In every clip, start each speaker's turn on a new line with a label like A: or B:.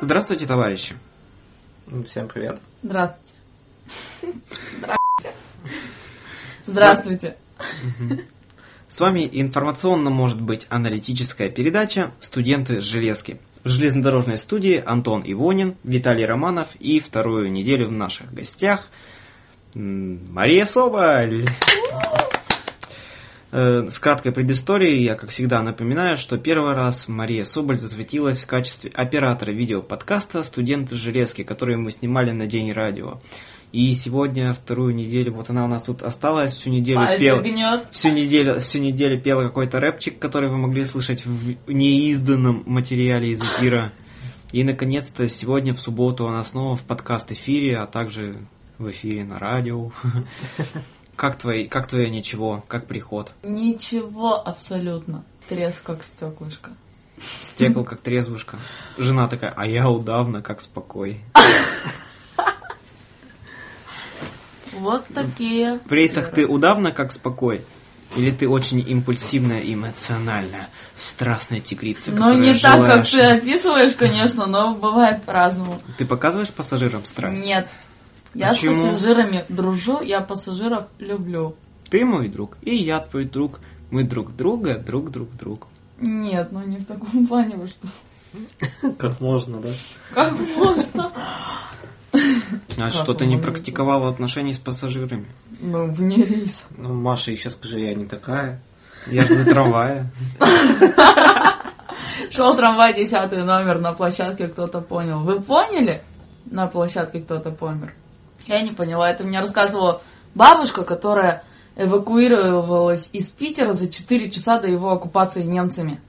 A: Здравствуйте, товарищи.
B: Всем привет.
C: Здравствуйте. Здравствуйте.
A: С вами информационно может быть аналитическая передача «Студенты с железки». В железнодорожной студии Антон Ивонин, Виталий Романов и вторую неделю в наших гостях м, Мария Соболь. Э, С краткой предысторией я, как всегда, напоминаю, что первый раз Мария Соболь засветилась в качестве оператора видеоподкаста «Студенты железки», который мы снимали на День радио. И сегодня, вторую неделю, вот она у нас тут осталась, всю неделю
C: Пальцы
A: пела.
C: гнет.
A: Всю неделю, всю неделю пела какой-то рэпчик, который вы могли слышать в неизданном материале из эфира. И, наконец-то, сегодня в субботу она снова в подкаст-эфире, а также в эфире на радио. Как твои, как твое ничего, как приход?
C: Ничего абсолютно. Треск как стеклышко.
A: Стекол, как трезвушка. Жена такая, а я удавно, как спокой.
C: Вот такие.
A: В рейсах ты удавна, как спокой? Или ты очень импульсивная, эмоциональная, страстная тигрица,
C: Но
A: которая
C: Ну, не так, как
A: желаешь-
C: ты описываешь, конечно, но бывает по-разному.
A: Ты показываешь пассажирам страсть?
C: Нет. Я
A: Почему?
C: с пассажирами дружу, я пассажиров люблю.
A: Ты мой друг, и я твой друг. Мы друг друга, друг друг друг.
C: Нет, ну не в таком плане, вы что?
B: Как можно, да?
C: Как можно?
A: А
C: Как
A: что ты не
C: он
A: практиковала отношений с пассажирами?
C: Ну, вне рейса.
B: Ну, Маша, еще скажи, я не такая.
A: Я же на трамвае.
C: Шел трамвай, десятый номер, на площадке кто-то понял. Вы поняли? На площадке кто-то помер. Я не поняла, это мне рассказывала бабушка, которая эвакуировалась из Питера за 4 часа до его оккупации немцами.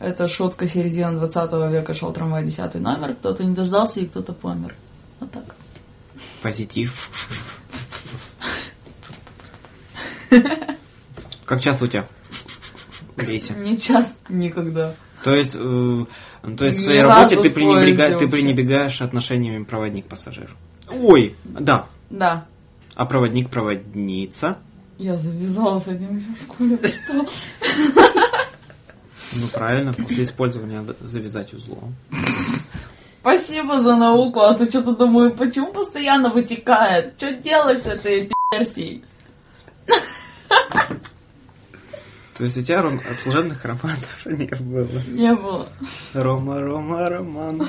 C: Это шутка середины 20 века, шел трамвай, десятый номер, кто-то не дождался и кто-то помер. Вот так.
A: Позитив. Как часто у тебя? в рейсе?
C: Не часто, никогда.
A: То есть, э, то есть в
C: Ни
A: своей работе
C: разу
A: ты
C: в
A: пренебрегаешь,
C: поезде
A: ты
C: вообще.
A: пренебрегаешь отношениями проводник-пассажир. Ой, да.
C: Да,
A: А проводник-проводница?
C: я завязала с этим еще в школе, вы что?
A: Ну правильно, после использования надо завязать узлом.
C: Спасибо за науку, а то что-то думаю, почему постоянно вытекает? Что делать с этой пи***сей?
A: То есть у тебя ром- служебных романов не было.
C: Не было.
A: Рома, Рома, Роман.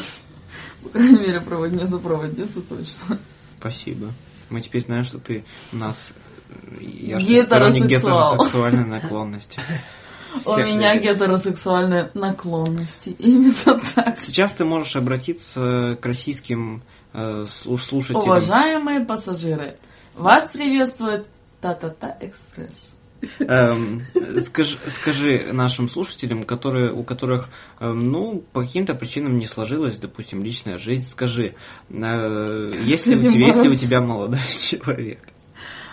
C: По крайней мере, проводница проводница точно.
A: Спасибо. Мы теперь знаем, что ты у нас э, яркий
C: Гетеросексуал.
A: сторонник гетеросексуальной наклонности.
C: У
B: Всех
C: меня
B: завязь.
C: гетеросексуальные наклонности. Именно так.
A: Сейчас ты можешь обратиться к российским э, слу- слушателям.
C: Уважаемые пассажиры, вас приветствует Та-та-та Экспресс.
A: Эм, скаж- скажи нашим слушателям, которые, у которых, эм, ну, по каким-то причинам не сложилась, допустим, личная жизнь, скажи, э, есть, ли у
C: Дедим
A: тебя, есть ли у
C: Мороз.
A: тебя молодой человек?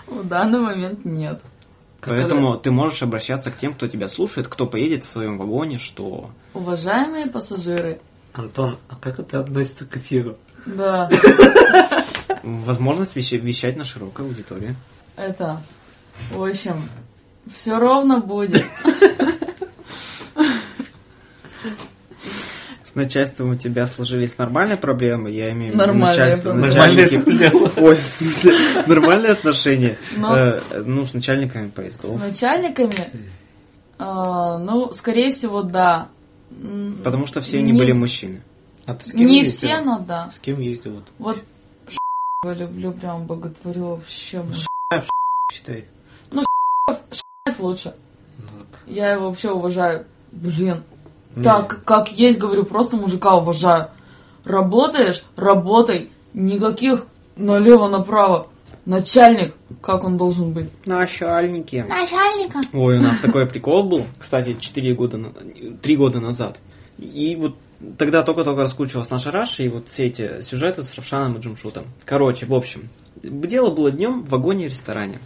C: В данный момент нет.
A: Поэтому ты можешь обращаться к тем, кто тебя слушает, кто поедет в своем вагоне, что...
C: Уважаемые пассажиры,
B: Антон, а как это относится к эфиру?
C: да,
A: Возможность веща- вещать на широкой аудитории.
C: это, в общем, все ровно будет.
A: С начальством у тебя сложились нормальные проблемы, я имею в виду
C: Нормальные
A: начальство,
C: проблемы.
A: начальники.
B: дело.
A: Ой, в смысле, нормальные отношения.
C: Но-
A: Э, Ну, с начальниками
C: С
A: поездов.
C: начальниками, э, ну, скорее всего, да. М,
A: Потому что все они
C: не
A: были
C: с-
A: мужчины.
B: А ты с кем
C: Не
B: ездила?
C: все, но да.
B: С кем ездил? Вот,
C: Вот я люблю, прям боготворю вообще. мужиков.
B: Считай.
C: лучше.
B: Ну, так.
C: Я его вообще уважаю. Блин,
B: Не,
C: так как есть, говорю, просто мужика уважаю. Работаешь, работай, никаких налево-направо. Начальник, как он должен быть.
A: Начальники. Начальника. Ой, у нас такой прикол был, кстати, 4 года, на- три года назад. И вот тогда только-только раскручивалась наша Раша, и вот все эти сюжеты с Равшаном и Джимшутом. Короче, в общем, дело было днем в вагоне-ресторане.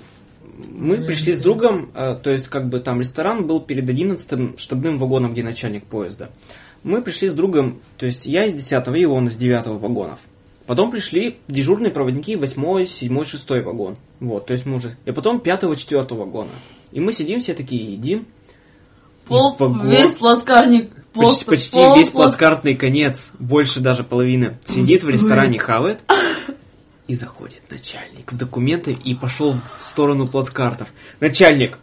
A: Мы
C: Блин,
A: пришли с
C: интересно.
A: другом, э, то есть как бы там ресторан был перед 11 штабным вагоном, где начальник поезда. Мы пришли с другом, то есть я из 10 и он из 9 вагонов. Потом пришли дежурные проводники 8, 7, 6 вагон. Вот, то есть мы уже... И потом 5, 4 вагона. И мы сидим все такие, едим.
C: Пол,
A: вагон.
C: весь плацкарник.
A: Почти,
C: плост-
A: почти
C: пол-
A: весь
C: пласт-
A: плацкартный конец, больше даже половины, сидит в
C: Пустует.
A: ресторане, хавает. И заходит начальник с документами и пошел в сторону плацкартов. Начальник,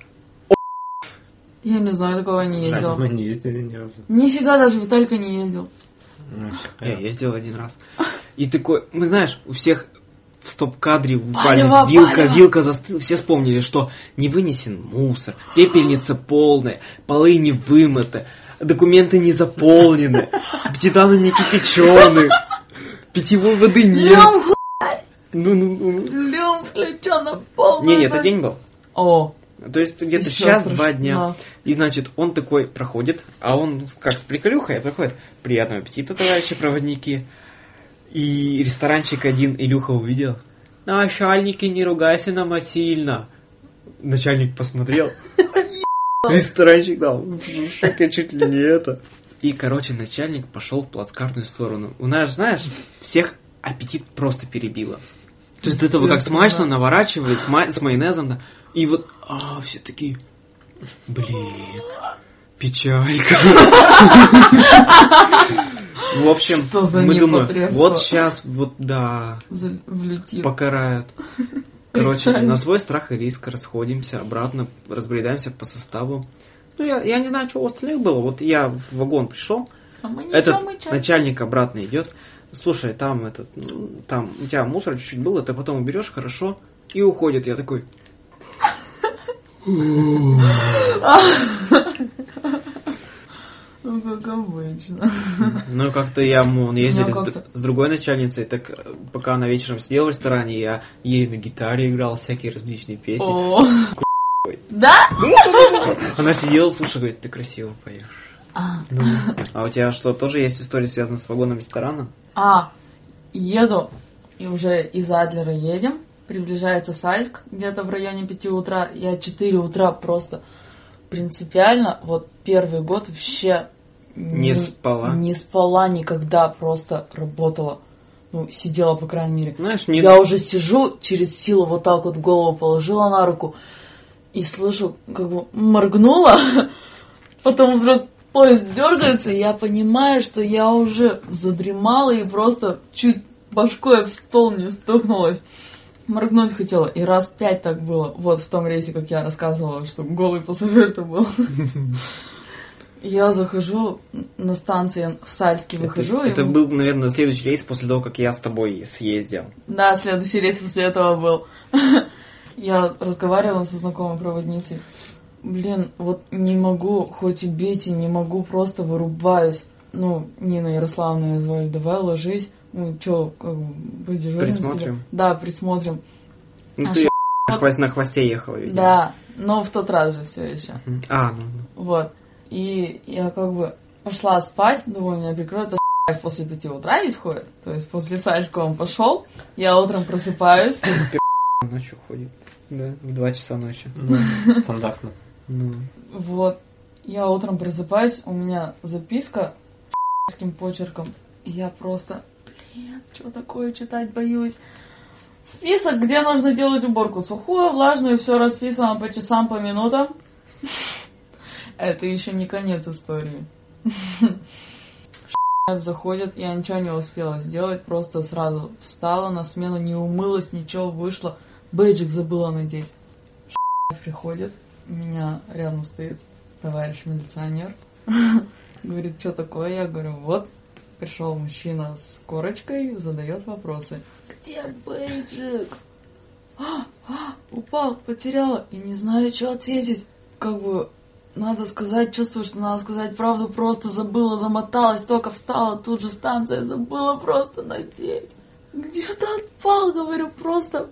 C: Я не знаю, такого не
B: Да,
C: ездил.
B: мы не ездили ни разу.
C: Нифига даже Виталька не ездил.
B: Ну,
A: Я,
B: какая-
A: Э, я сделал один раз. И такой, ну знаешь, у всех в стоп-кадре буквально
C: Палево,
A: вилка,
C: палево.
A: вилка застыла. Все вспомнили, что не вынесен мусор, пепельница полная, полы не вымыты, документы не заполнены, титаны не кипячены, питьевой воды нет.
C: Лём, ху-
A: Ну, ну, ну.
C: лём, включёно полное.
A: Не, не, это день был.
C: О,
A: То есть где-то
C: Еще
A: час-два
C: страшно.
A: дня.
C: Да.
A: И значит, он такой проходит, а он ну, как с приколюхой проходит. Приятного аппетита, товарищи проводники. И ресторанчик один Илюха увидел. Начальники, не ругайся на насильно. Начальник посмотрел. Ресторанчик, да, в шоке чуть ли не это. И, короче, начальник пошел в плацкартную сторону. У нас, знаешь, всех аппетит просто перебило. То есть до этого как
C: Естественно.
A: смачно наворачивали, с, ма- с майонезом, да. И вот, а, все такие, блин, печалька. В общем,
C: Что за
A: мы думаем,
C: непотребство?
A: вот сейчас, вот да,
C: за- влетит.
A: покарают. Короче,
C: Представь.
A: на свой страх и риск расходимся обратно, разбредаемся по составу. Ну, я, я не знаю, что у остальных было. Вот я в вагон пришел,
C: А мы не
A: этот
C: идём, мы чай.
A: начальник обратно идет. Слушай, там этот, ну, там у тебя мусор чуть-чуть было, ты потом уберешь, хорошо, и уходит. Я такой.
C: Ну, как обычно.
A: Ну, как-то я, мы он ездили
C: Ну,
A: с,
C: как-то.
A: д- с другой начальницей, так э, пока она вечером сидела в ресторане, я ей на гитаре играл всякие различные песни.
C: О. Да?
A: Она сидела, слушай, говорит, ты красиво поешь.
C: А,
A: А у тебя что, тоже есть история, связанная с вагоном ресторана?
C: А, еду, и уже из Адлера едем, приближается Сальск где-то в районе 5 утра, я 4 утра просто принципиально, вот первый год вообще
A: Не спала?
C: Не спала никогда, просто работала, ну, сидела, по крайней мере.
A: Знаешь, не...
C: Я уже сижу, через силу вот так вот голову положила на руку и слышу, как бы моргнула, потом вдруг поезд дергается, и я понимаю, что я уже задремала и просто чуть башкой об стол не стукнулась. Моргнуть хотела, и раз пять так было, вот в том рейсе, как я рассказывала, что голый пассажир-то был. Я захожу на станции в Сальске,
A: Это,
C: выхожу. и
A: это
C: м-
A: был, наверное, следующий рейс после того, как я с тобой съездил.
C: да, следующий рейс после этого был. Я разговаривала со знакомой проводницей. Блин, вот не могу, хоть и бейте, не могу, просто вырубаюсь. Ну, Нина Ярославна звали, давай ложись. Ну, чё, как бы, подежурим за тебя».
A: Присмотрим.
C: Да, присмотрим.
A: Ну,
C: А
A: ты
C: шо-
A: на хвост- на хвосте ехала, видимо.
C: Да, но в тот раз же все еще.
A: Мгм. А, ну, ну.
C: Вот. И я как бы пошла спать, думаю, меня прикроют, а кайф после пяти утра не сходит. То есть после Сальского он пошел, я утром просыпаюсь,
A: ночью ходит. Да, в 2 часа ночи.
B: Ну, стандартно.
A: Ну.
C: Вот. Я утром просыпаюсь, у меня записка с почерком. И я просто, блин, что такое читать боюсь. Список, где нужно делать уборку. Сухую, влажную, все расписано по часам, по минутам. Это еще не конец истории. заходит, я ничего не успела сделать, просто сразу встала на смену, не умылась, ничего, вышла. Бейджик забыла надеть. приходит, у меня рядом стоит товарищ милиционер. Говорит, что такое? Я говорю, вот, пришел мужчина с корочкой, задает вопросы. Где бейджик? «А, а, упал, потеряла. И не знаю, что ответить. Как бы надо сказать, чувствую, что надо сказать правду, просто забыла, замоталась, только встала, тут же станция забыла просто надеть. Где-то отпал, говорю, просто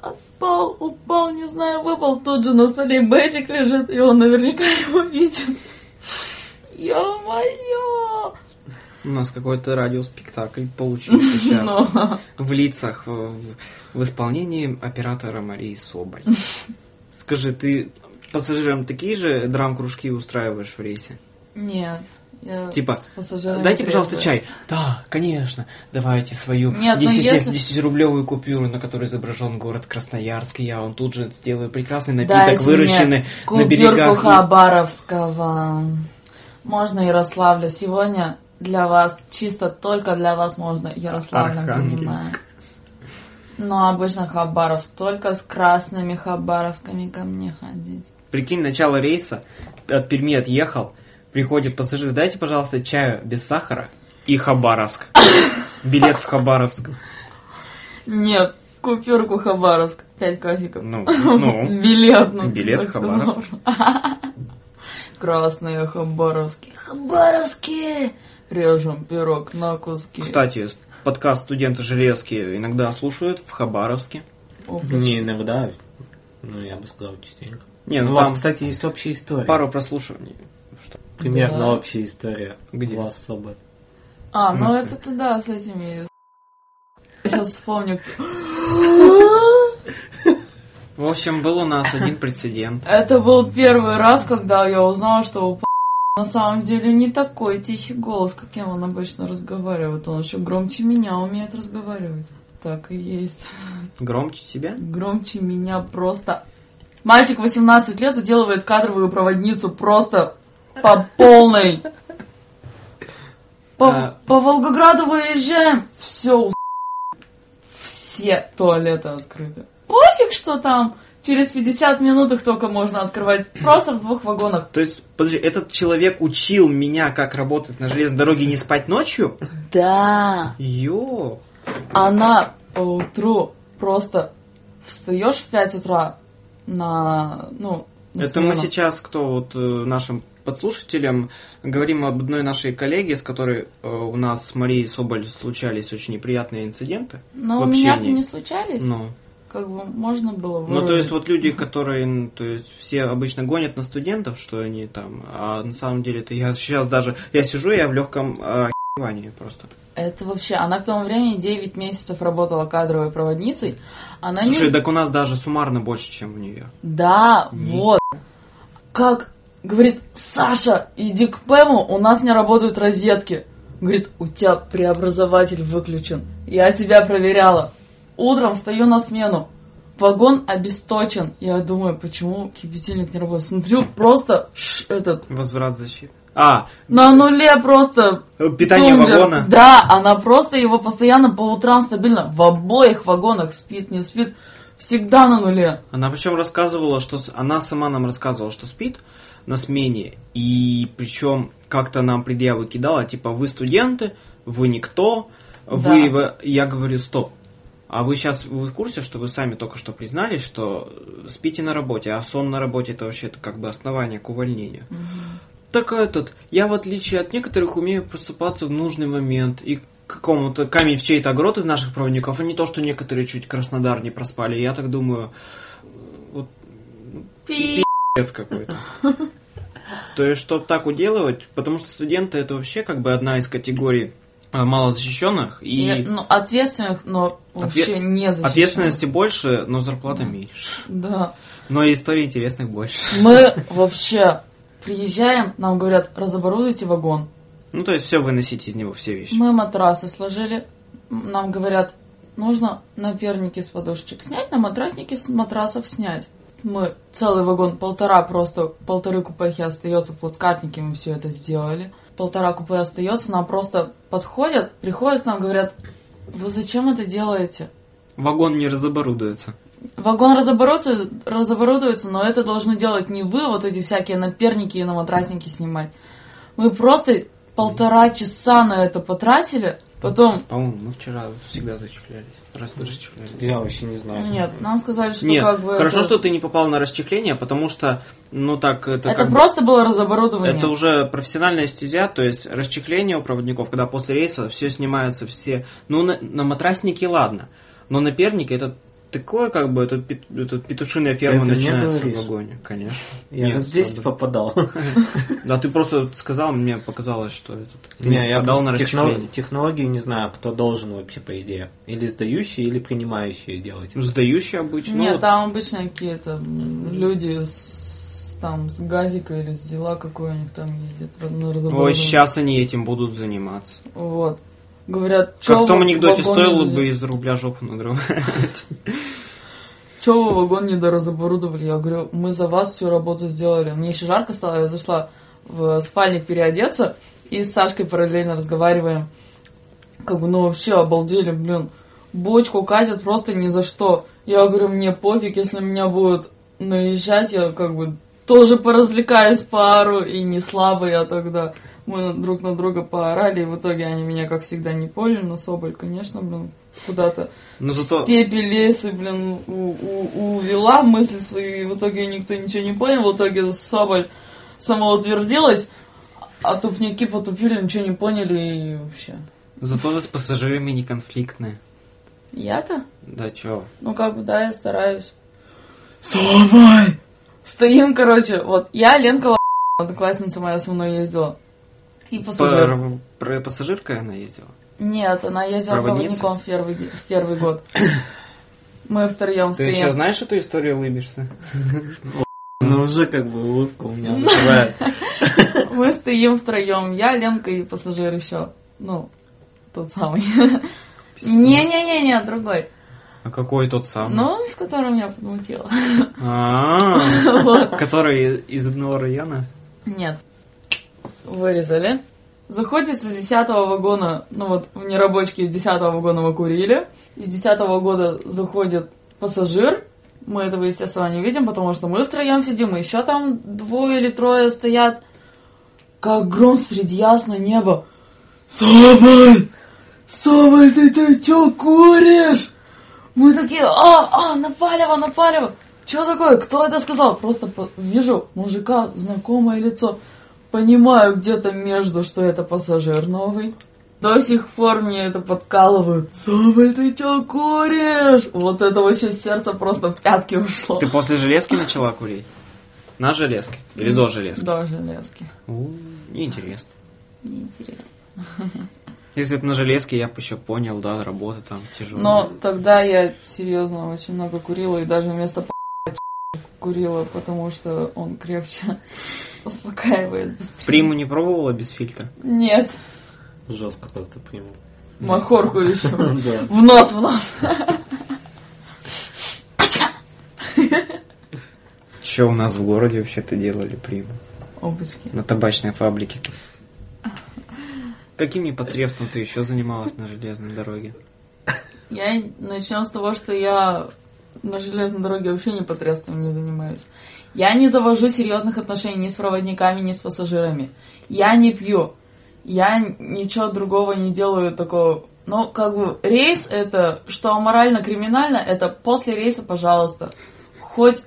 C: Отпал, упал, не знаю, выпал. Тут же на столе бэджик лежит, и он наверняка его видит. Ё-моё!
A: У нас какой-то радиоспектакль получился сейчас.
C: Ну,
A: В лицах, в, в исполнении оператора Марии Соболь. Скажи, ты пассажирам такие же драм-кружки устраиваешь в рейсе?
C: Нет, Я
A: Типа,
C: с пассажирами
A: Дайте, пожалуйста,
C: трезвая.
A: чай. Да, конечно. Давайте свою
C: Нет, ну
A: 10
C: если-
A: 10-рублевую купюру, на которой изображен город Красноярск. и Я вам тут же сделаю прекрасный напиток,
C: Дайте
A: выращенный
C: мне
A: на
C: купюрку
A: берегах.
C: Хабаровского. Можно Ярославля. Сегодня для вас, чисто только для вас можно Ярославля,
A: Архангельск.
C: понимаю. Но обычно Хабаровск, только с красными Хабаровскими ко мне ходить.
A: Прикинь, начало рейса, от Перми отъехал, приходит пассажир, дайте, пожалуйста, чаю без сахара и Хабаровск. Билет в Хабаровск.
C: Нет, купюрку Хабаровск, 5 классиков.
A: Ну, ну.
C: Билет. ну,
A: Билет
C: так
A: в Хабаровск.
C: сказала. Красные Хабаровские. Хабаровские! Режем пирог на куски.
A: Кстати, подкаст студенты железки иногда слушают в Хабаровске.
C: Опа.
B: Не иногда, ну я бы сказал частенько.
A: Не,
B: у
A: ну
B: вас,
A: там
B: кстати, есть общая история.
A: пару прослушиваний.
B: Примерно
C: Да.
B: общая история.
A: Где?
B: У вас с собой.
C: А,
A: В
C: ну
A: смысле?
C: это ты да, с этими. Сейчас вспомню. кто-
A: В общем, был у нас один прецедент.
C: Это был первый раз, когда я узнала, что у п- на самом деле не такой тихий голос, каким он обычно разговаривает. Он еще громче меня умеет разговаривать. Так и есть.
A: Громче тебя?
C: Громче меня просто. Мальчик 18 лет уделывает кадровую проводницу просто по полной. По,
A: А.
C: по Волгограду выезжаем. Все, все туалеты открыты. Пофиг, что там. Через 50 минут их только можно открывать. Просто в двух вагонах.
A: То есть, подожди, этот человек учил меня, как работать на железной дороге и не спать ночью?
C: Да.
A: Йо!
C: Она по утру просто встаешь в 5 утра на, ну, на
A: Это мы
C: смену.
A: сейчас, кто вот э, нашим подслушателям, говорим об одной нашей коллеге, с которой э, у нас с Марией Соболь случались очень неприятные инциденты.
C: Но у
A: вообще
C: меня-то
A: не-
C: не случались.
A: Ну,
C: Как бы можно было
A: ну, то есть
C: вырубить.
A: вот люди, которые, м, то есть все обычно гонят на студентов, что они там, а на самом деле это я сейчас даже, я сижу, я в легком а, охуевании просто.
C: Это вообще... Она к тому времени 9 месяцев работала кадровой проводницей. Она не...
A: Слушай,
C: з-
A: так у нас даже суммарно больше, чем у нее.
C: Да,
A: Ни-
C: вот. Как говорит, Саша, иди к Пэму, у нас не работают розетки. Говорит, у тебя преобразователь выключен. Я тебя проверяла. Утром встаю на смену. Вагон обесточен. Я думаю, почему кипятильник не работает? Смотрю, просто ш- этот
A: Возврат защиты. А,
C: на нуле просто
A: питание
C: тумблер.
A: вагона.
C: Да, она просто его постоянно по утрам стабильно в обоих вагонах спит, не спит, всегда на нуле.
A: Она причем рассказывала, что с- она сама нам рассказывала, что спит на смене, и причем как-то нам предъявы кидала, типа вы студенты, вы никто, вы, в- я говорю стоп. А вы сейчас вы в курсе, что вы сами только что признались, что э, спите на работе, а сон на работе это вообще как бы основание к увольнению. Так этот, я в отличие от некоторых умею просыпаться в нужный момент и к какому-то камень в чей-то огород из наших проводников, а не то, что некоторые чуть Краснодар не проспали. Я так думаю, вот
C: Пи-
A: пи***ц какой-то. То есть, чтобы так уделывать, потому что студенты это вообще как бы одна из категорий а, малозащищенных,
C: Я-
A: и
C: ну, ответственных, но вообще не защищенных.
A: ответственности больше, но зарплата меньше.
C: Да.
A: Но и историй интересных больше.
C: Мы вообще приезжаем, нам говорят, разоборудуйте вагон.
A: Ну, то есть, все выносить из него, все вещи.
C: Мы матрасы сложили, м, нам говорят, нужно наперники с подушечек снять, на матрасники с матрасов снять. Мы целый вагон, полтора просто, полторы купехи остается в плацкартнике, мы все это сделали. Полтора купе остается, нам просто подходят, приходят к нам, говорят, вы зачем это делаете?
A: Вагон не разоборудуется.
C: Вагон разоборудуется, разоборудуется, но это должны делать не вы, вот эти всякие наперники и на матрасники снимать. Мы просто полтора часа на это потратили, потом...
A: По-моему, мы вчера всегда зачехлялись. Раз расчехлялись.
B: Я вообще не знаю.
C: Нет, ну, нам сказали, что
A: Нет,
C: как бы...
A: хорошо,
C: это...
A: что ты не попал на расчехление, потому что, ну так, это,
C: Это
A: как бы-
C: просто было разоборудование.
A: это уже профессиональная стезя, то есть расчехление у проводников, когда после рейса все снимается, все, ну на, на матраснике ладно, но на пернике это такое, как бы, это, пет- это петушиная ферма
B: это не
A: начинается в
B: говоришь.
A: вагоне, конечно.
B: Я
A: Нет,
B: раз здесь
A: правда.
B: попадал.
A: Да, ты просто сказал, мне показалось, что это... ты
B: Не, я
A: попадал
B: просто техно-
A: расчехление.
B: технологию не знаю, кто должен вообще, по идее. Или сдающие, или принимающие делать.
A: Сдающий обычно. ну,
C: Нет,
A: вот
C: там обычно какие-то м, люди с там с газика или с зела какой у них там ездит. Ну,
A: Ой,
C: разоборудован.
A: сейчас они этим будут заниматься.
C: Вот. Говорят,
A: Как в том
C: вы
A: анекдоте
C: вагон
A: стоило
C: не
A: бы из рубля жопу надрывать.
C: Че вы вагон недоразоборудовали? Я говорю, мы за вас всю работу сделали. Мне еще жарко стало, я зашла в спальник переодеться и с Сашкой параллельно разговариваем. Как бы, ну вообще обалдели, блин. Бочку катят просто ни за что. Я говорю, мне пофиг, если меня будут наезжать, я как бы тоже поразвлекаюсь пару, и не слабо я тогда. Мы друг на друга поорали, и в итоге они меня, как всегда, не поняли, но Соболь, конечно, блин, куда-то
A: Но зато...
C: степи леса, блин, у- у- увела мысль свою, и в итоге никто ничего не понял, в итоге Соболь самоутвердилась, а тупники потупили, ничего не поняли и вообще.
A: Зато с пассажирами не конфликтные.
C: Я-то?
A: Да чё?
C: Ну, как бы, да, я стараюсь. Соболь! Стоим, короче, вот, я, Ленка Лоб- одноклассница моя со мной ездила. И пассажир.
A: Про, про пассажиркой она ездила?
C: Нет, она ездила
A: Проводница?
C: проводником в первый, де- в первый год. Мы втроем
A: Ты еще
C: стоим.
A: знаешь эту историю, улыбишься?
B: Ну уже как бы улыбка у меня называет.
C: Мы стоим втроем. Я, Ленка и пассажир еще. Ну, тот самый. Не-не-не-не, другой.
A: А какой тот самый?
C: Ну, с которым я подмутила.
A: А,
C: Вот.
A: Который из одного района?
C: Нет. Вырезали. Заходит с 10 вагона, ну вот в нерабочке 10 вагона мы курили. Из 10 года заходит пассажир. Мы этого, естественно, не видим, потому что мы втроем сидим, и еще там двое или трое стоят. Как гром среди ясного неба. Соболь! Соболь, ты, ты чё куришь? Мы такие, а, а, Напалево, Напалево. Чё такое? Кто это сказал? Просто по- вижу мужика, знакомое лицо. Понимаю где-то между, что это пассажир новый. До сих пор мне это подкалывают. Соболь, ты чё куришь? Вот это вообще сердце просто в пятки ушло.
A: Ты после железки начала курить? На железке? Или до железки?
C: Да, железки.
A: У, Неинтересно.
C: Неинтересно.
A: Если это на железке, я бы еще понял, да, работа там тяжелая.
C: Но тогда я серьезно очень много курила и даже вместо п***ть курила, потому что он крепче успокаивает быстрее.
A: Приму не пробовала без фильтра?
C: Нет,
B: Жестко как-то приму.
C: махорку еще.
B: Да.
C: В нос, в нос.
A: Че у нас в городе вообще-то делали приму?
C: Опачки.
A: На табачной фабрике. Каким непотребством ты еще занималась на железной дороге?
C: Я начнем с того, что я на железной дороге вообще непотребством не занимаюсь. Я не завожу серьезных отношений ни с проводниками, ни с пассажирами. Я не пью. Я ничего другого не делаю такого. Ну, как бы, рейс это, что морально-криминально, это после рейса, пожалуйста. Хоть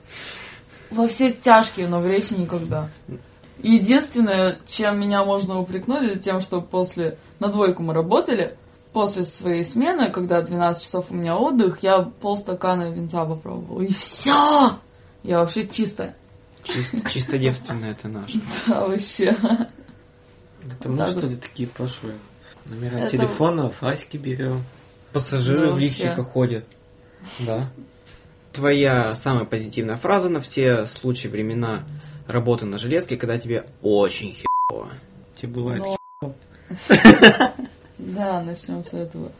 C: во все тяжкие, но в рейсе никогда. Единственное, чем меня можно упрекнуть, это тем, что после... На двойку мы работали. После своей смены, когда 12 часов у меня отдых, я полстакана винца попробовала. И все! Я вообще чистая.
A: Чис- чисто девственная это наша.
C: Да, вообще.
B: Потому
C: Так
B: что
C: вот.
B: ли такие пошли. Номера
C: Это-
B: телефонов, аськи берем.
A: Пассажиры
C: Да,
A: в
C: вообще.
A: лифчиках ходят. Да. Твоя самая позитивная фраза на все случаи, времена работы на железке, когда тебе очень херово.
B: Тебе бывает
C: Но- Ну, Да, начнем с этого.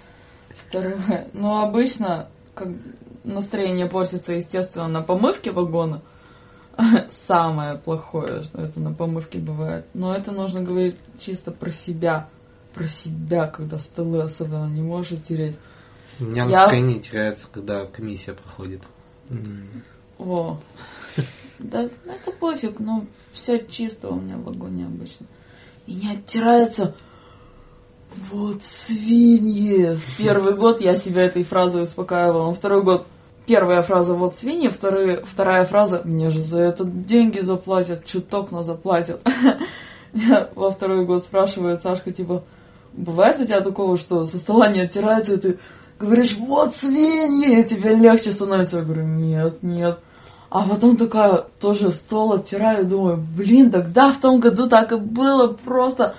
C: Второе. Ну, обычно как настроение портится, естественно, на помывке вагона. Самое плохое, что это на помывке бывает. Но это нужно говорить чисто про себя. Про себя, когда столы особенно не можешь тереть.
B: У меня
C: Я-
B: настроение теряется, когда комиссия проходит.
A: М.
C: О. Да, ну это пофиг, ну все чисто у меня в вагоне обычно. И не оттирается. Вот свиньи. В Первый год я себя этой фразой успокаивала. На второй год первая фраза «вот свиньи», вторые, вторая фраза «мне же за это деньги заплатят, чуток, но заплатят». Меня Во второй год спрашивает Сашка, типа, бывает у тебя такого, что со стола не оттирается, и ты говоришь, вот свиньи, и тебе легче становится. Я говорю, нет, нет. А потом такая, тоже стол оттираю, и думаю, блин, тогда в том году так и было, просто...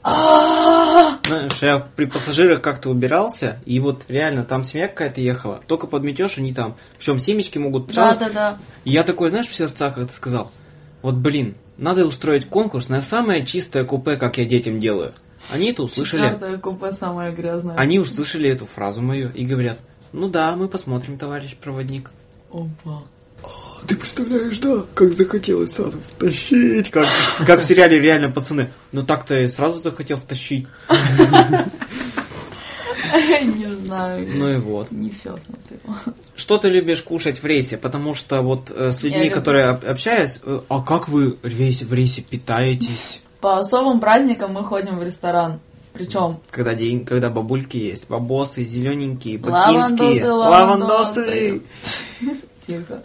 C: А! А-а-а!
A: Знаешь, я при пассажирах как-то убирался, и вот реально там семья какая-то ехала. Только подметешь, они там, причем семечки могут сразу.
C: Да-да-да.
A: И я такой, знаешь, в сердцах, как ты сказал, Вот блин, надо устроить конкурс на самое чистое купе, как я детям делаю. Они это услышали.
C: Четвертое купе самое грязное.
A: Они услышали эту фразу мою и говорят, ну да, мы посмотрим, товарищ проводник.
C: Опа.
A: А Ты представляешь, да, как захотелось сразу втащить, как, как в сериале реально пацаны. Ну так-то и сразу захотел втащить.
C: Не знаю.
A: Ну и вот.
C: Не все смотрела.
A: Что ты любишь кушать в рейсе? Потому что вот э, с людьми,
C: люблю.
A: которые об- общаюсь, э, а как вы в рейсе, в рейсе питаетесь?
C: По особым праздникам мы ходим в ресторан. Причем
A: Когда день, когда бабульки есть, бабосы зелененькие,
C: Лавандосы,
A: бакинские,
C: лавандосы.
A: лавандосы.
C: тихо.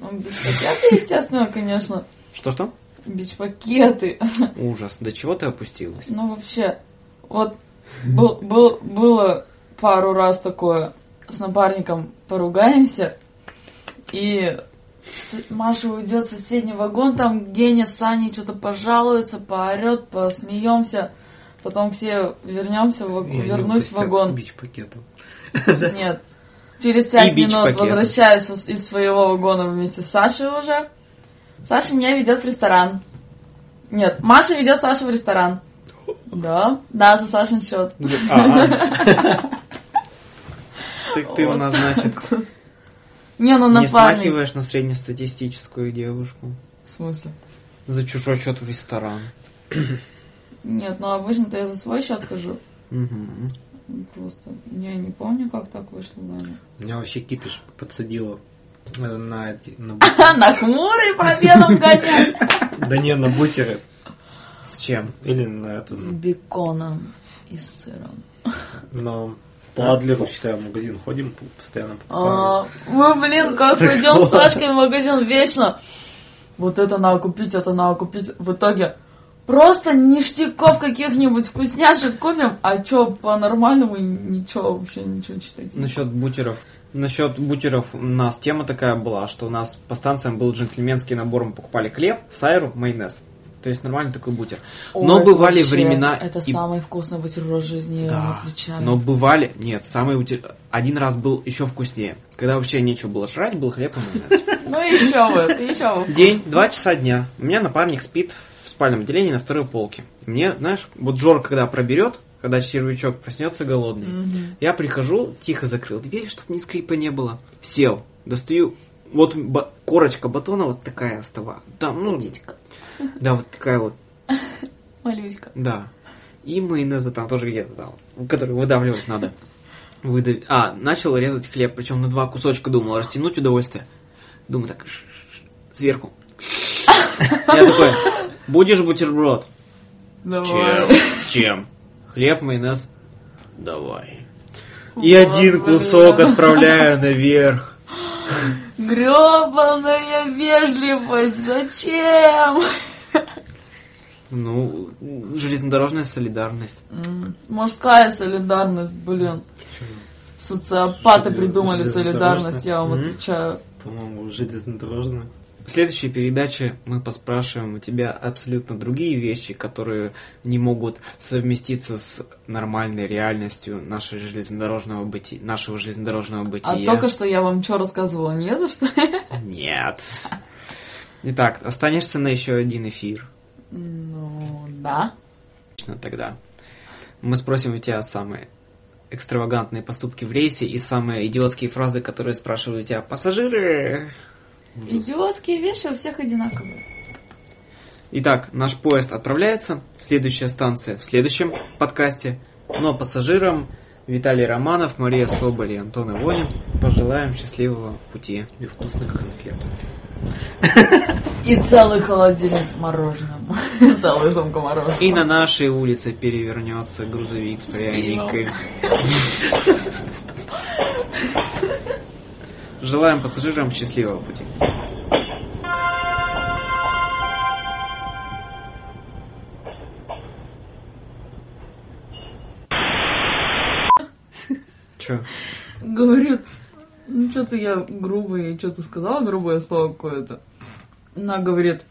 C: Ну, бич-пакеты, естественно, конечно.
A: Что что?
C: Бич-пакеты.
A: Ужас. До чего ты опустилась?
C: Ну, вообще, вот был, был, было пару раз такое, с напарником поругаемся, и с- Маша уйдет в соседний вагон, там Геня с Саней что-то пожалуются, поорет, посмеемся, потом все вернемся, в ваг- вернусь в вагон.
B: Бич пакетом.
C: Нет. Через пять
A: бич
C: минут
A: пакеты.
C: возвращаюсь из- из своего вагона вместе с Сашей уже. Саша меня ведет в ресторан. Нет, Маша ведет Сашу в ресторан. Да, да, за Сашин счет.
A: А, а. Так ты у
C: Вот
A: нас, значит,
C: Не, ну
A: не
C: напарник.
A: смахиваешь на среднестатистическую девушку.
C: В смысле?
A: За чужой счет в ресторан.
C: Нет, ну обычно-то я за свой счет хожу.
A: Мгм.
C: Просто я не помню, как так вышло, наверное.
B: Меня вообще кипиш подсадило э, на, эти- на бу-
C: Ха, на хмурый победом гонять.
B: да не на бутеры
A: С чем?
B: или на этот,
C: С беконом и с сыром.
B: но по Адлеру считаю в магазин ходим п- постоянно покупаем.
C: А, Мы, блин, как пойдем с Сашкой в магазин вечно. Вот это надо купить, это надо купить. В итоге просто ништяков каких-нибудь вкусняшек купим, а чё, по-нормальному ничего, вообще ничего читать. не
A: Насчет бутеров. Насчет бутеров у нас тема такая была, что у нас по станциям был джентльменский набор, мы покупали хлеб, сайру, майонез. То есть нормальный такой бутер. Но
C: Ой,
A: бывали
C: вообще,
A: времена...
C: Это
A: и-
C: самый вкусный бутерброд в жизни, я вам
A: Да,
C: отвечаю.
A: но бывали... Нет, самый... бутер- Один раз был еще вкуснее. Когда вообще нечего было жрать, был хлеб и майонез.
C: Ну еще бы, ты еще бы.
A: День, два часа дня. У меня напарник спит в спальном отделении на второй полке. Мне, знаешь, вот Жор, когда проберет, когда червячок проснется голодный, я прихожу, тихо закрыл дверь, чтобы ни скрипа не было. Сел, достаю, вот ба- корочка батона вот такая стала. Там, ну,
C: Птичка,
A: да, вот такая вот,
C: малючка.
A: да. И майонеза там тоже где-то там, который выдавливать надо. Выдав- А, начал резать хлеб, причем на два кусочка думал, растянуть удовольствие. Думаю так, ш- ш- ш, сверху. Я такой, будешь бутерброд?
C: Давай.
A: С чем? Хлеб, майонез. Давай. И
C: Вот
A: один
C: блин.
A: кусок отправляю наверх.
C: Гребаная вежливость, зачем?
A: Ну, железнодорожная солидарность.
C: М, Мужская солидарность, блин. Социопаты
B: Что ты
C: придумали
B: делаешь?
C: солидарность, я вам
A: Мгм.
C: отвечаю. А
B: По-моему, железнодорожная.
A: В следующей передаче мы поспрашиваем у тебя абсолютно другие вещи, которые не могут совместиться с нормальной реальностью нашей железнодорожного быти... нашего железнодорожного
C: А
A: бытия.
C: только что я вам что рассказывала, не за что?
A: Нет. Итак, останешься на еще один эфир.
C: Ну, да.
A: Отлично, тогда. Мы спросим у тебя самые экстравагантные поступки в рейсе и самые идиотские фразы, которые спрашивают у тебя пассажиры.
C: Идиотские вещи у всех одинаковые.
A: Итак, наш поезд отправляется. Следующая станция в следующем подкасте. Но пассажирам Виталий Романов, Мария Соболь и Антон Ивонин пожелаем счастливого пути.
B: И вкусных конфет.
C: И целый холодильник с мороженым. Целая сумка мороженого.
A: И на нашей улице перевернется грузовик с пряниками. Желаем пассажирам счастливого пути. Чё?
C: Говорит, ну что-то я грубое, что-то сказала грубое слово какое-то. Она говорит,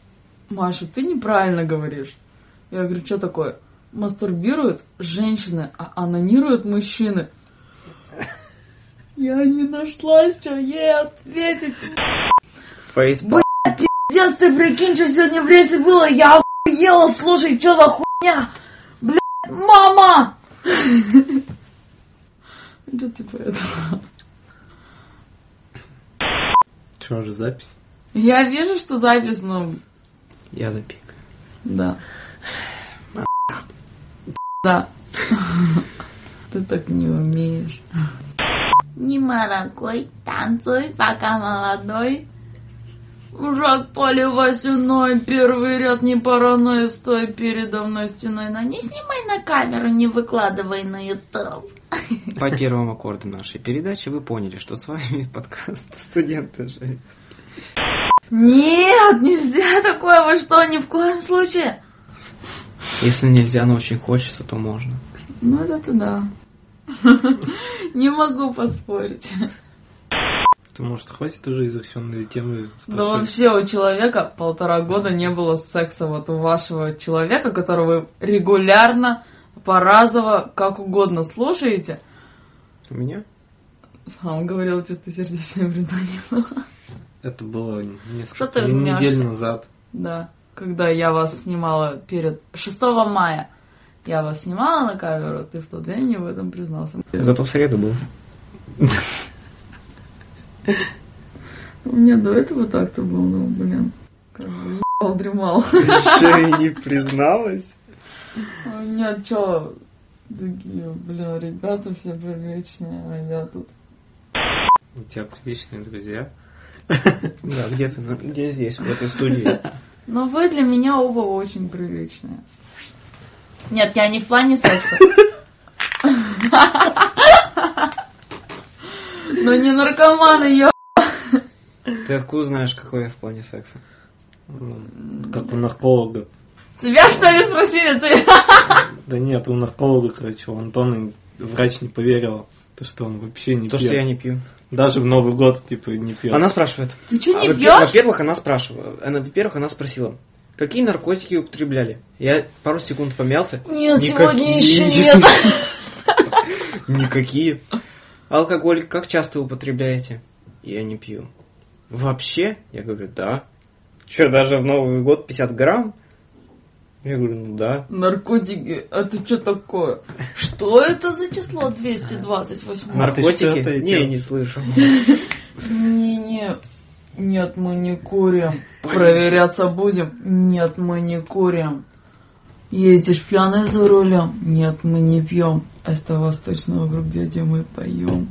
C: Маша, ты неправильно говоришь. Я говорю, что такое? Мастурбируют женщины, а анонируют мужчины. Я не нашлась, что ей ответить.
A: Фейсбук.
C: Блядь, Пиздец, ты прикинь, что сегодня в рейсе было? Я охуела, слушай, что за хуйня? Блядь, мама! Что типа это?
B: Че, уже запись?
C: Я вижу, что запись, ну,
A: Я запик.
C: да. Да. Ты так не умеешь. Не маракой, танцуй, пока молодой. Враг поле Васюной, первый ряд не паранойя, стой передо мной стеной. Но не снимай на камеру, не выкладывай на ютуб.
A: По первому аккорду нашей передачи вы поняли, что с вами подкаст студенты же.
C: Нет, нельзя такое, вы что, ни в коем случае.
A: Если нельзя, но очень хочется, то можно.
C: Ну, это да. Не могу поспорить.
B: Ты, может, хватит уже изощренные темы
C: Да
B: спрашивать?
C: Ну, вообще у человека полтора года не было секса, вот у вашего человека, которого вы регулярно, поразово, как угодно слушаете.
A: У меня?
C: Сам говорил чистосердечное признание.
B: Это было
C: Что
B: несколько
C: ты
B: недель
C: размнёшься?
B: назад.
C: Да, когда я вас снимала перед 6 мая. Я вас снимала на камеру, ты в тот день мне в этом признался.
A: Зато в среду был.
C: У меня до этого так-то было, ну, блин. Как бы ебал, дремал.
A: Еще и не призналась.
C: А У меня чё, такие, блин, ребята все приличные, а я тут
B: У тебя приличные друзья.
A: Да, где-то, ну, где здесь, в этой студии.
C: Но вы для меня оба очень приличные. Нет, я не в плане секса. Но Ну, не наркоманы, я...
A: Ты откуда знаешь, какой я в плане секса?
B: Ну, Как у нарколога.
C: Тебя что ли спросили ты?
B: Да нет, у нарколога, короче, у Антона врач не поверил, то, что он вообще не
A: То,
B: пьет.
A: что я не пью.
B: Даже в Новый год, типа, не пьет.
A: Она спрашивает.
C: Ты что, не
A: А, во-
C: пьешь?
A: Во-первых, она спрашивала. Она, во-первых, она спросила, какие наркотики употребляли? Я пару секунд помялся.
C: Нет, сегодня
A: Никакие.
C: еще нет.
A: Никакие. Алкоголь как часто употребляете? Я не пью. Вообще? Я говорю, да. Че, даже в Новый год 50 грамм? Я говорю, ну да.
C: Наркотики, это что такое? Что это за число 228?
B: Нар- ты что
A: Наркотики?
B: это
A: Не,
B: делал?
A: не слышал.
C: Не-не, нет, мы не курим. Проверяться будем? Нет, мы не курим. Ездишь пьяный за рулем? Нет, мы не пьем. Это восточный округ, где мы поем.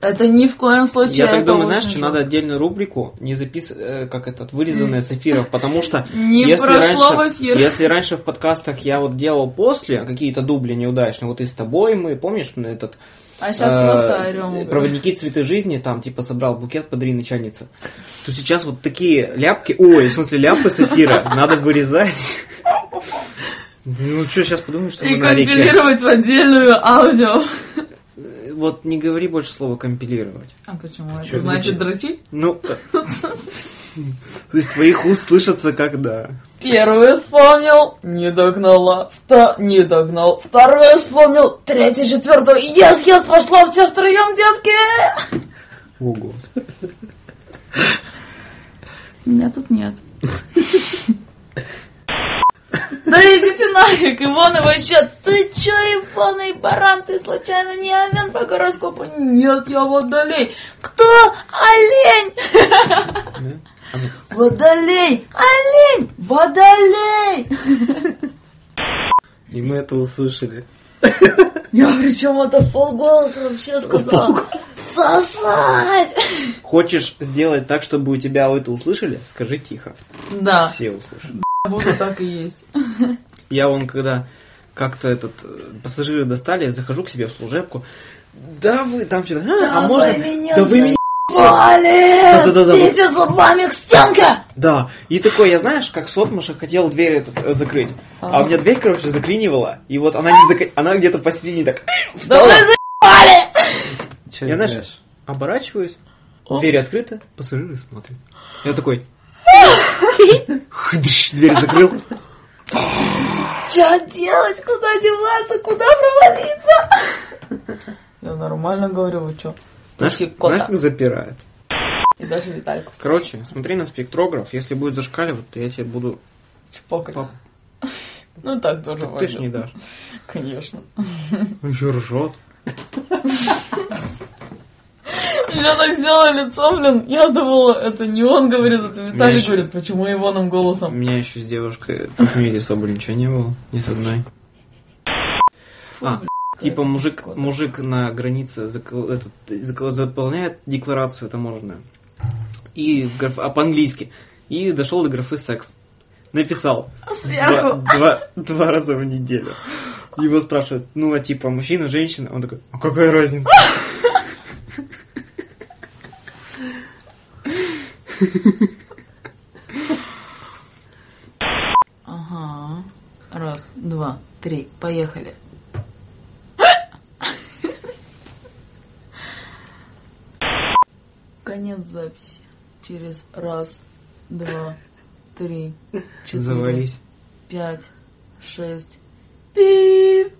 C: Это ни в коем случае.
A: Я так
C: это
A: думаю, знаешь,
C: очень
A: что
C: жестко.
A: надо отдельную рубрику, не запис... э, как этот, вырезанная с эфиров, потому что
C: Не
A: если
C: прошло
A: раньше,
C: в эфир.
A: Если раньше в подкастах я вот делал после какие-то дубли неудачные, вот и с тобой мы, помнишь, на этот...
C: А сейчас
A: э,
C: просто орем.
A: Проводники цветы жизни, там, типа, собрал букет, подари начальнице. То сейчас вот такие ляпки, ой, в смысле, ляпы с эфира, надо вырезать. Ну, что, сейчас подумаешь, что мы
C: И
A: на реке.
C: компилировать в отдельную аудио.
A: Э, Вот не говори больше слова компилировать.
C: А почему?
B: чё,
C: Это значит
B: звучит?
C: дрочить?
A: Ну, э, то есть твоих уст слышатся как да.
C: Первый вспомнил, не догнала, вто... не догнал. Второй вспомнил, третий, четвертый. Ес, ес, пошла все втроем, детки!
A: О, Господи.
C: Меня тут нет. Да идите нафиг, Иван, и вообще, ты чё, Иван, и баран, ты случайно не овен по гороскопу? Нет, я водолей. Кто? Олень!
A: Да? А ну,
C: Водолей! Олень! Водолей!
B: И мы это услышали.
C: Я причем это в полголоса вообще сказала. Сосать!
A: Хочешь сделать так, чтобы у тебя это услышали? Скажи тихо.
C: Да,
A: Все услышат.
C: буду так и есть.
A: Я вон, когда как-то этот э, пассажиры достали, я захожу к себе в служебку. Да вы там что-то. А,
C: Да
A: а
C: вы
A: можно?
C: меня
A: да вы меня.
C: Вали!
A: Да-да-да-да, вот.
C: Сбейте зубами к стенке!
A: Да. И такой, я знаешь, как Сотмаша хотел дверь этот, э, закрыть. А.
C: А.
A: у меня дверь, короче, заклинивала. И вот она не зак... она где-то посередине так
C: Да
A: встала.
C: вы заебали!
B: Че
A: Я, знаешь,
B: играешь?
A: Оборачиваюсь,
C: Оп.
A: дверь открыта, пассажиры смотрят. Я такой. Хдыщ, Дверь закрыл.
C: Что делать? Куда деваться? Куда провалиться? Я нормально говорю, вы что?
A: Знаешь, знаешь, как запирают?
C: И даже Витальку.
A: Короче, смотри на спектрограф. Если будет зашкаливать, то я тебе буду...
C: Чпокать.
A: пап-
C: Ну так тоже
A: Так ты
C: войдет.
A: ж не дашь.
C: Конечно.
A: Еще ржет.
C: Я так сделала лицо, блин. Я думала, это не он говорит, это Виталий
A: еще-
C: говорит. Почему Ивоном
A: У
C: голосом?
A: меня еще с девушкой в мире особо ничего не было. Ни с одной.
C: Фу,
A: А,
C: блин,
A: Типа
C: какая
A: мужик,
C: скота.
A: мужик на границе закол- этот, закол- заполняет декларацию таможенную. И граф- а по-английски. И дошел до графы секс. Написал. Два,
C: Сверху.
A: два, два раза в неделю. Его спрашивают, ну а типа мужчина, женщина? Он такой, а какая разница?
C: Ага. Раз, два, три. Поехали. Конец записи. Через раз, два, три, четыре,
A: Завались.
C: пять, шесть. Пип.